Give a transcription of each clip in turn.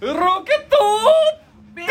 ロケットピンピン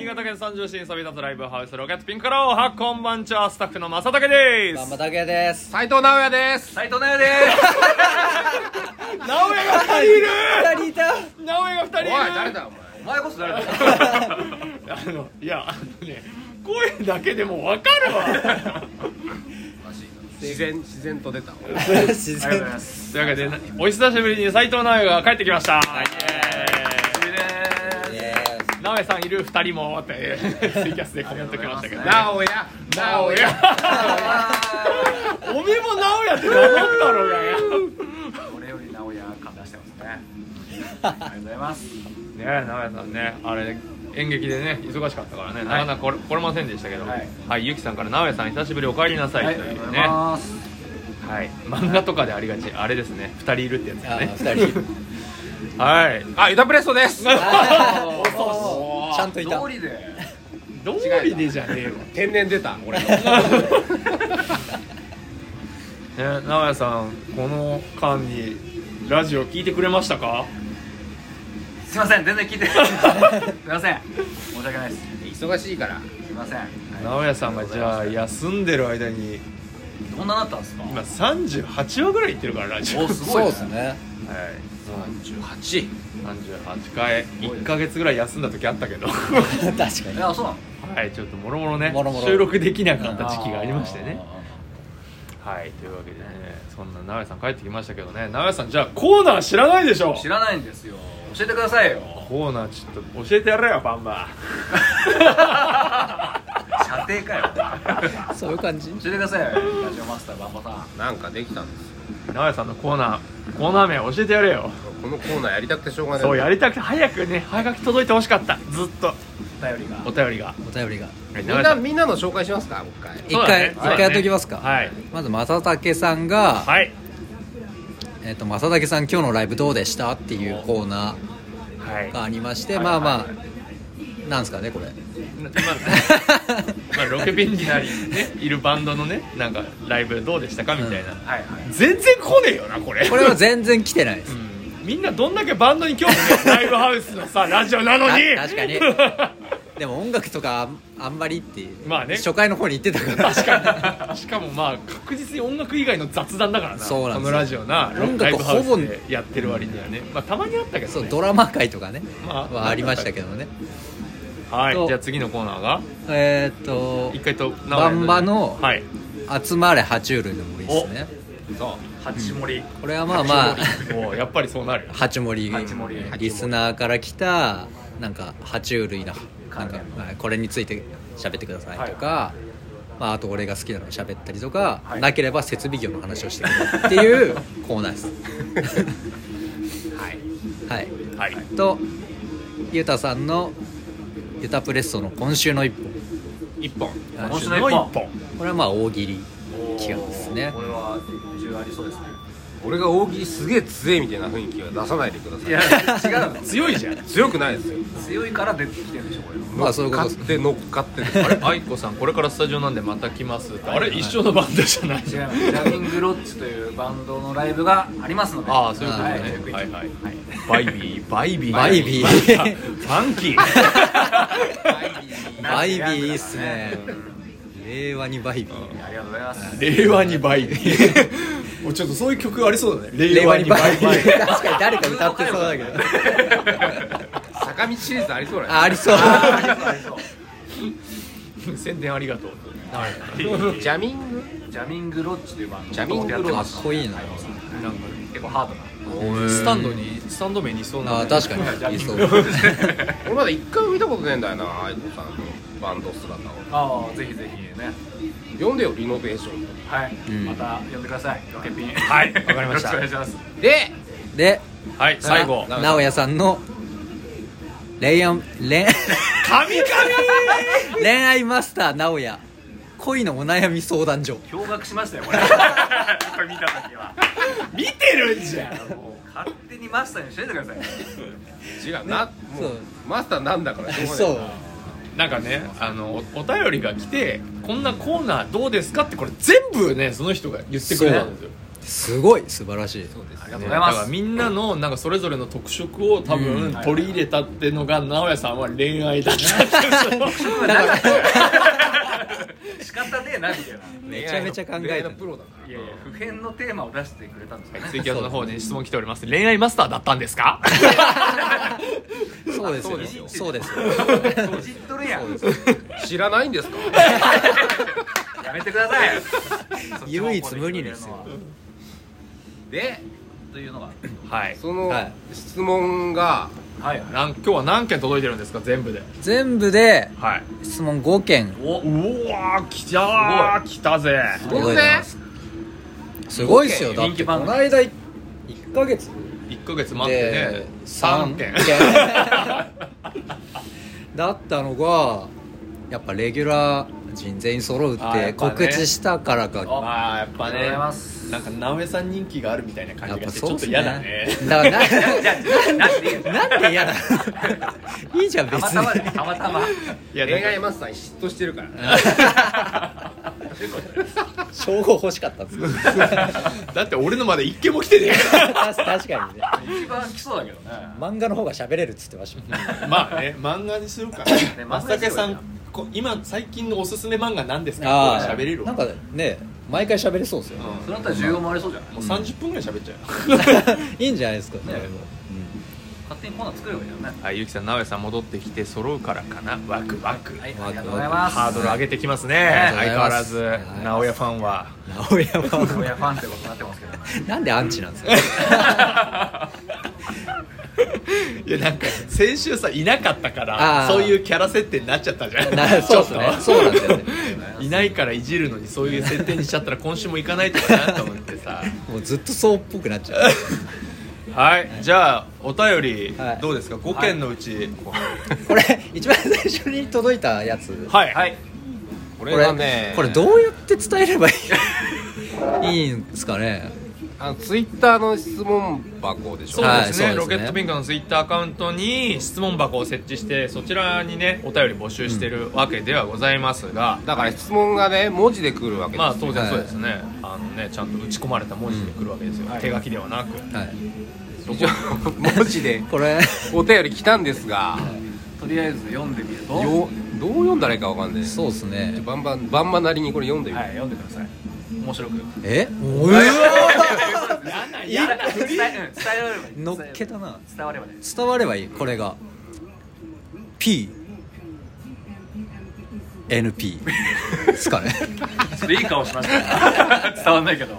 新潟県三条市に旅立つライブハウスロケットピンクからおはこんばんちはスタッフの正竹でバンバすタケです斉藤直哉です斉藤奈也直江がいる2人いた直江が二人いおいる誰だよお前ですお前こそ誰 だよあのいやあのね声だけでもわかるわ自然自然と出た自然 というわけでお久しぶりに斉藤直江が帰ってきましたイエーイイエーイ直江さんいる二人もってツイキャスでコメント来ましたけどね直哉直哉おめえも直哉って名乗ったろうがよ俺より直哉感出してますねありがとうございますねえ直哉さんねあれ演劇でね忙しかったからね、なかなかこれこれませんでしたけどははいい、ゆきさんから直哉さん久しぶりお帰りなさはいいとありがいとううごね、ざいますはい、漫画とかでありがちあれですね二人いるってやつあね2人 はいあユタプレストですあーおーちゃんといた通りでどうりでじゃ ねえわ天然出た俺のね、直哉さんこの間にラジオ聞いてくれましたかすいません全然聞いてないすいません申し訳ないです忙しいからすいませんはい直哉さんがじゃあ休んでる間にどんななったんですか今38話ぐらい行ってるからラジオ、おはい、すごそいうでですすねね18 38回1か月ぐらい休んだ時あった けど 確かにいやそうなのはいちょっともろもろねもろもろ収録できなかった時期がありましてねあはいというわけでねそんな直哉さん帰ってきましたけどね直哉さんじゃあコーナー知らないでしょ知らないんですよ教えてくださいよコーナーちょっと教えてやれよバンバ 射程かよーそういう感じ教えてくださいよラジオマスターバンバさんなんかできたんですよン直哉さんのコー ナーコーナー名教えてやれよこのコーナーやりたくてしょうがないそうやりたくて早くねはがき届いてほしかったずっと頼りがお便りがお便りがみみんなみんなの紹介しますかもう一回一回一回やっときますかはいまず正竹さんがはい「えーと正竹さん今日のライブどうでした?」っていうコーナはいーがありましてはいまあまはあなんですかねこれ まあまあロケピンになりねいるバンドのねなんかライブどうでしたかみたいな、はいはい全然来ねえよなこれ これは全然来てないですうんみんなどんだけバンドに興味ないライブハウスの さラジオなのにた確かにでも音楽とかあんまりっていうまあね初回の方に言ってたから確かにしかもまあ確実に音楽以外の雑談だからなそうなんこですよのラジオな音楽ライブハウほぼスでやってる割にはね、まあ、たまにあったけどそうねドラマ会とかねまあはありましたけどねはいじゃあ次のコーナーがえっと一回とバンバのはい「集まれ爬虫類」でもいいですねそう八森これはまあまあもうやっぱりそうなるよハチモ リハチモリリスナーから来たなんか爬虫類のなんか、はいこれについて喋ってくださいとか、まあ、あと俺が好きなの喋ったりとか、はいなければ設備業の話をしてくれるっていうコーナーです。はい、はいとゆたさんの「ゆたプレスト」の今週の一一本本今週の一本本これはまあ大喜利企画ですねおーこれは重ありそうですね俺が大喜利すげえ強えみたいな雰囲気は出さないでくださいいや違うの強いじゃん強くないですよ強いから出てきてるんでしょこれはまあそういうことです乗っかって乗っかってあれ愛子さんこれからスタジオなんでまた来ますってあれ一緒のバンドじゃない違じいゃんますジャミングロッチというバンドのライブがありますのでああそういうことねはいチェックインはいはいはいバイビーバイビーバイビーファンキ ーバイビーいいっすね令和にバイビーありがとうございます 令和にバイビーもうちょっとそういう曲ありそうだね令和にバイビー 確かに誰か歌ってそうだけど坂道シリーズありそうだよ あありそうありそう宣伝ありがとうジャミングジャミングロッチというバンドジャミングロッチかっこいいななんか結構ハードなスタンドにスタンド名にいそうなあ確かにいそう俺まだ一回も見たことねえんだよな愛子さんのバンド姿をああぜひぜひね読んでよリノベーションはい、んまた呼んでくださいロケピンはいわかりましたよろしくお願いしますでで はい最後な直哉さんの恋愛恋 神々恋愛マスター直哉恋のお悩み相談所驚愕しましたよこれ これ見た時は見てるじゃんもう勝手にマスターにしといてください違うなもそううマスターなんだからしょうがないそうなんかねあのおお便りが来てこんなコーナーどうですかってこれ全部ねその人が言ってくれたんですよすごい素晴らしいそうですあありがとうござりがとうございいま、ますだすからみんなのなんかそれぞれの特色を多分取り入れたってのが直哉さんは恋愛だったっていうだから 仕方ねえなみたいなめちゃめちゃ考恋え愛てのプロだからいやいや普遍のテーマを出してくれたんですかねツイキャスの方に質問来ております恋愛マスターだったんですかそうですよそうですよごじっとるやん知らないんですか やめてくだ さい唯一無二ですよでというのがはいそのはい質問がはいなん今日は何件届いてるんですか全部で全部ではい質問5件おうわー来たー来たぜごい届いてますすごいですよだっ人気て番こ組の間1ヶ月1ヶ月待ってねで3件三だったのがやっぱレギュラー陣全員揃うっあーやってぱね告知したからかあまあやっぱありがとうございねますなんか直江さん人気があるみたいなや感っじぱがしてそうちょっっとす嫌だねねだからなじゃあなんでいいんだよなんで嫌だ いいじゃんた別まにたまでたまたま いや恋なんか愛マスターに嫉妬してるから称号欲しかったんですよだって俺のまで1件も来てねえ確かにね一番来そうだけどね漫画の方が喋れるっつってましたもん ねまあね漫画にするかね松竹さんこ今最近のおすすめ漫画なんですかって喋れるわなんかね毎回喋れそうですよね、それだったら需要もありそうじゃないもう30分ぐらい喋っちゃう いいんじゃないですかねね勝手にコーナー作ればいいよねあゆきさん直江さん戻ってきて揃うからかなワクワクはいワクワクありがとうございますハードル上げてきますねあり相がと変うわごらずざいます直江ファンは直山親ファンってことになってますけど なんでアンチなんですかいやなんか先週さいなかったかあらーそういうキャラ設定になっちゃったじゃんなそうっすねちょっとそうなんだよねいないからいじるのにそういう設定にしちゃったら今週も行かないとかなと思って さもうずっとそうっぽくなっちゃうはいじゃあお便りはいどうですか5件のうち これ一番最初に届いたやつはいはいここれがねこれどうやって伝えればいいいいんですかねあのツイッターの質問箱でしそょうはいですね,、そうですねロケットピンクのツイッターアカウントに質問箱を設置してそちらにねお便り募集してるわけではございますが、だから質問がね文字で来るわけですまあよ当然そうですね、あのねちゃんと打ち込まれた文字で来るわけですよ、手書きではなく、はいそこ一応文字でこれお便り来たんですがとりあえず読んでみる とよどう読んだらいいかわかんないそうですねバンバンバンバンなりにこれ読んでみはいる読んでください面白くえうわやだ伝え伝えられればいい乗っけたな伝わればね伝わればいいこれが P NP ですかねちょっといい顔しましたね伝わんないけど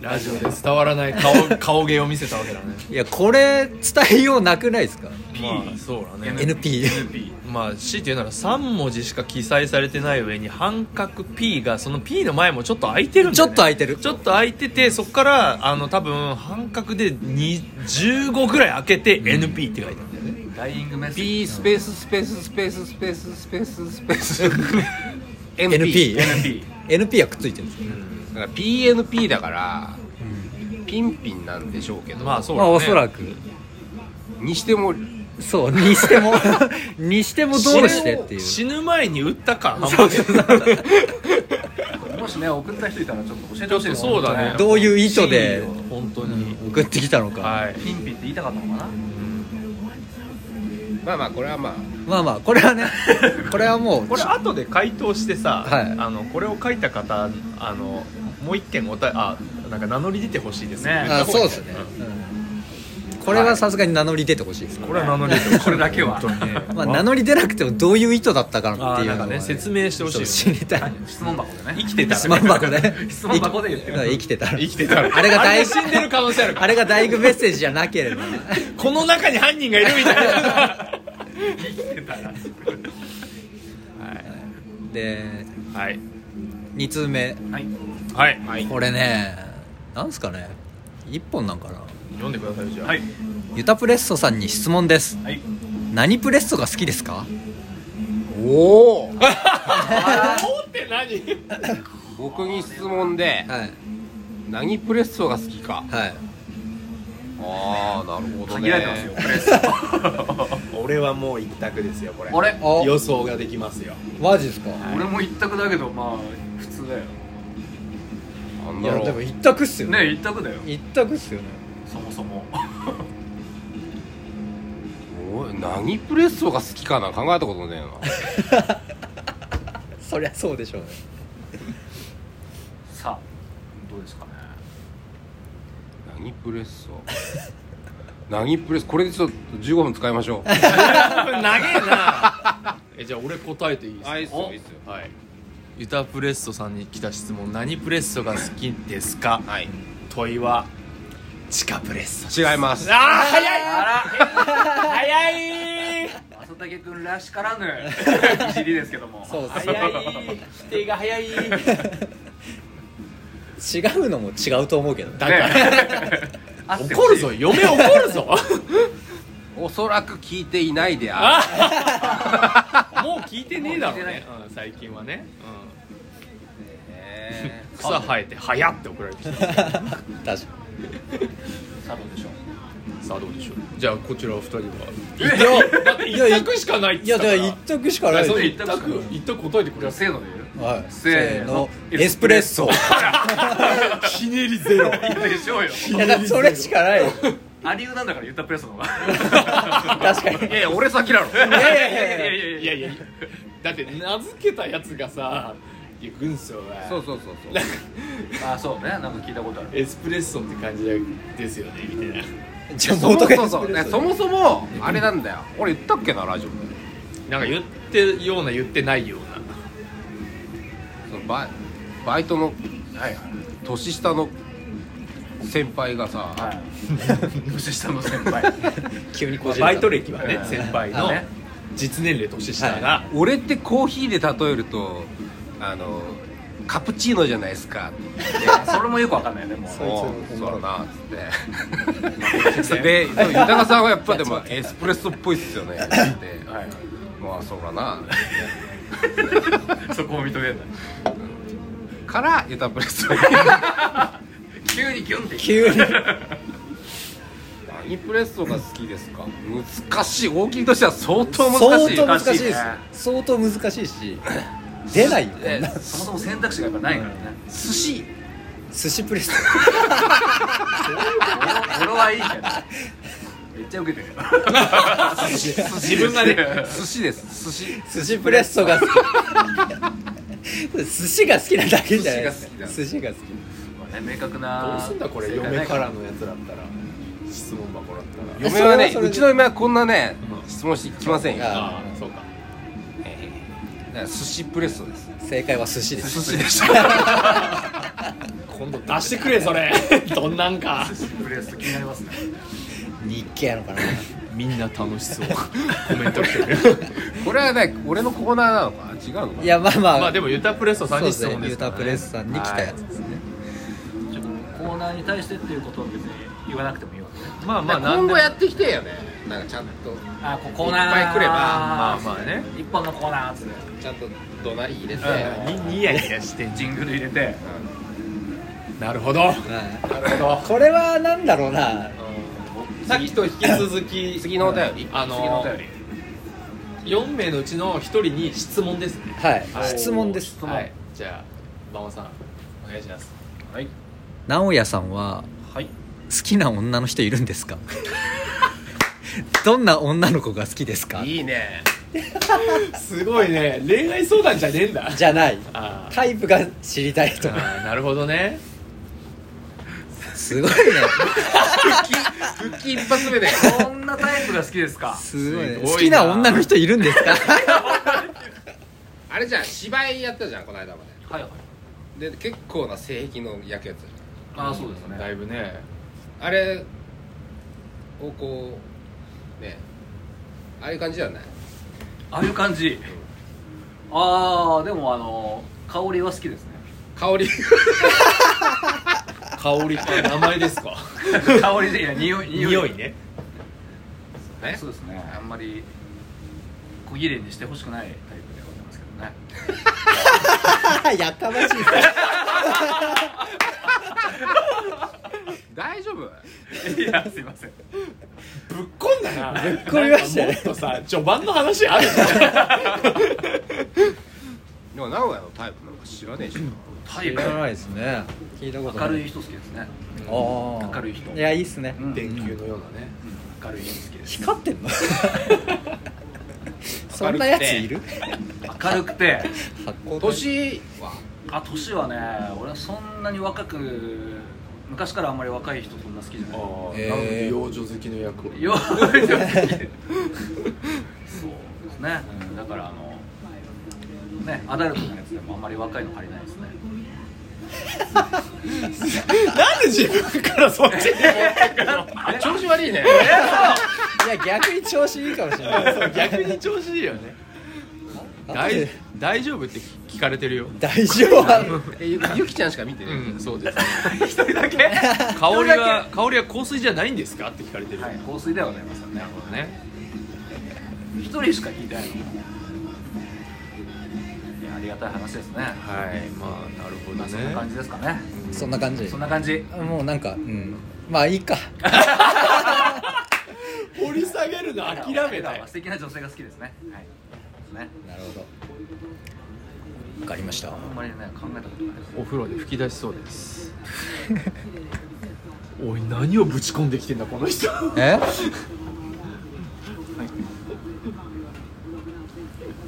ラジオで伝わらない顔 顔芸を見せたわけだねいやこれ伝えようなくないですかまあそうだね NP NP まあ C っていうなら3文字しか記載されてない上に半角 P がその P の前もちょっと空いてるんだちょよ、っね、と空いてるちょっと空いててそこからあの多分半角でに15ぐらい開けて NP って書いてあるんだよね、ダイイングメッセージ P スペーススペーススペーススペーススペーススペース NP NP NP はくっついてるんですよだから PNP だからピンピンなんでしょうけどまあそうまだあね、おそらくにしてもそうにして もにしてもどうしてっていう死ぬ前に打ったか もしね送った人いたらちょっと教えちてょほっとしいですそうだねどういう意図で真意を本当に、送ってきたのか、はいピンピンって言いたかったのかなまあまあこれはまあまあまあこれは ねこれはもうこれ後で回答してさ、はいあのこれを書いた方あのもう一件おたあなんか名乗り出てほしいですねねあそうですね、うんこれはさすがに名乗り出てほしいですね、 これは名乗り出てほしいこれだけは本当にねまあ、名乗り出なくてもどういう意図だったかあなっーていなうんのかはね説明してほし いよねちょっと知りたい何質問箱でね 生きてた質ら問箱ね質問箱で言ってるだ から生きてたら生きてたらあれがあれ大が死んでる可能性あるからあれが大工メッセージじゃなければこの中に犯人がいるみたいな 生きてたらではい2通目はいはい、はい、これねなんすかね1本なんかな読んでくださいじゃあ、はいユタプレッソさんに質問ですはい何プレッソが好きですかおおおーって何僕に質問ではい何プレッソが好きかはいああなるほど限ねられてますよプレス俺はもう一択ですよこれあれあ予想ができますよマジですか俺も一択だけどまあ普通だよあなんいだやろでもう一択っすよねね一択だよ一択っすよねそもそもおい何プレッソが好きかな考えたことねえなそりゃそうでしょうねさあどうですかね何プレッ ソ何プレッソこれでちょっと15分使いましょ長えなえじゃあ俺答えていいでうすかいいっすよいいっすよはいユタプレッソさんに来た質問何プレッソが好きですかはい問いは地下プレッソ違いますあー早いあ早いら浅竹君らしからぬいじりですけどもそうそう早い否定が早い違うのも違うと思うけどねだからあってほ怒しるいぞ嫁怒る ぞおそらく聞いていないであるもう聞いてねえだろうね、うん、最近はね、うん、草生えて早って怒られてきた確かにさあどうでしょ うさあどうでしょうじゃあこちらお二人はいやだって一択しかないっいつっやたからだから一択しかないそはれい一択一択答えてくじれゃ よあせーのせーので言うせーのエスプレッソひねりゼロいやでしょうよいやだってそれしかないよアリウなんだから言ったプレスの方が確かにいやいや俺先だろいやいやいやいやいやいやだって名付けたやつがさいや軍曹はそうそうそうそう あそうねなんか聞いたことあるエスプレッソって感じですよねみたいなじゃあそも元がエスプレッそソもねそもそもあれなんだよ俺言ったっけなラジオでなんか言ってるような言ってないようそのバイバイトのはいはい年下の先輩がさ、はい、年下の先輩急にこなじれたバイト歴はねうん先輩のあね実年齢年下が俺ってコーヒーで例えるとあのカプチーノじゃないですかそれもよくわかんないねもうおいつおうそうだなっつって ででも豊さんはやっぱでもエスプレッソっぽいっすよねって言ってはいまあそうだなそこも認めないからユタプレッソ急にキュンって急に何プレッソが好きですか難しい大きいとしては相当難相しい当難しいです難しいね相当難しいし出ないよこんえなそもそも選択肢がやっぱないからね寿司 寿司プレス俺はいいけどめっちゃ受けてる自分がね 寿司です寿司寿司プレッソが好き寿司が好きなだけじゃないですか寿寿司が好きね明確などうすんだこれ正解嫁ないからのやつだったら質問箱だったら嫁はねそれはそれでうちの嫁はこんなねうん質問してきませんよあああそうかだから寿司プレッソです正解は寿司です寿司でした今度出してくれそ れどんなんかプレス気になりますね日系なのかなみんな楽し そうコメント来てるこれはね俺のコーナーなのかな違うのかないやまあまあまあでもユタプレッソさんに質問ですユからタねプレスさんに来たやつですねちょっとコーナーに対してっていうことを別に言わなくてもいいわけねまあまあ今で後もやってきてよねなんかちゃんとあこコーナーいっぱい来ればまあまあね一本のコーナーっつってちゃんと土台入れて、にニヤニヤしてんじジングル入れてゃんなるほどはいこれはなんだろうなさっきと引き続き次のお便りあ次のおの便り4名のうちの1人に質問ですねはいはい質問です問はいじゃあ馬場さんお願いしますはい直哉さんははい好きな女の人いるんですか どんな女の子が好きですかい いねすごいね恋愛相談じゃねえんだじゃないあタイプが知りたいーとあーなるほどね すごいね腹筋一発目でこんなタイプが好きですかすごいねすごいな好きな女の人いるんですかあれじゃん芝居やったじゃんこの間まはいはいでで結構な性癖の役やつじあそうですねだいぶねゃんあれをこうねああいう感じじゃないああいう感じああでもあの香りは好きですね香 り香りって名前ですか 香りでいや 匂 い匂いねねそうですねあんまり小切れにしてほしくないタイプではありますけどねやかましい大丈夫 いやすいませんぶっこんだなぶっこみましたねもっと さ序盤の話あるじゃんでも名古屋のタイプなのか知らねえしタイ知プらないですね聞いたことな明るいい人好きですねああ明るい人いやいいっすね、うん電球のようなね明るい人好きです光ってんの そんなやついる明るくて発光体 年はあ年はね俺はそんなに若く昔からあんまり若い人そんな好きじゃあないあ、えーなので幼女好きの役をよそうですねだからあのねアダルトのやつでもあんまり若いの借りない ですねなんで自分からそっちに調子悪いねいや逆に調子いいかもしれない逆に調子いいよね大大丈夫って聞かれてるよ 大丈夫えゆゆきちゃんしか見てねうんそ うですね香りは香りは香水じゃないんですかって聞かれてる、はい香水ではございませんねね一人しか聞いてないのいやありがたい話ですねはいまあなるほどまあそんなね感じですかねそんな感じそんな感じもうなんかうんまあいいか掘り下げるの諦めたよ素敵な女性が好きですねはいですねなるほどわかりましたあんまりね考えたことないですお風呂で吹き出しそうですおい何をぶち込んできてんだこの人え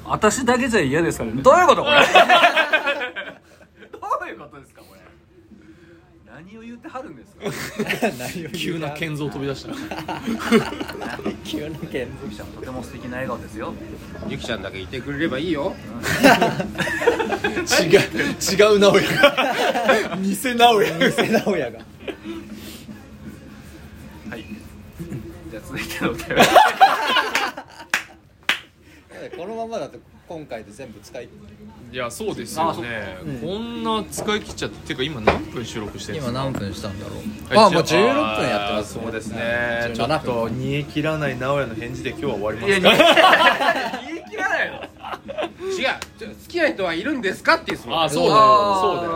私だけじゃ嫌ですかねどういうことこ れどういうことですかこれ何を言ってはるんですか 急な建造飛び出した急な剣ゆきちゃんとても素敵な笑顔ですよゆきちゃんだけいてくれればいいよ違う違う直哉が偽直哉が店直哉がはいじゃあ続いてのお便り このままだと今回で全部使いいやそうですよねこんな使い切っちゃっててか今何分収録してるんです今か何分したんだろうはあいもうじゃ16分やってますあーそうですねちょ17っ分と煮え切らない直哉の返事で今日は終わりますいやか言い切らないの違うじゃあ好きな人はいるんですかっていう質問あーそうだよそうだよあ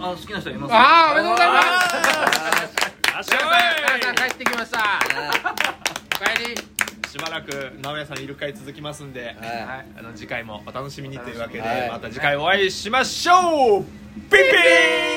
ーあ好きな人いますあーおめでとうございますあしゃ皆さん帰ってきましたおかえりしばらく直哉さんいる会続きますんでははいあの次回もお楽しみにというわけではいまた次回お会いしましょうピッピー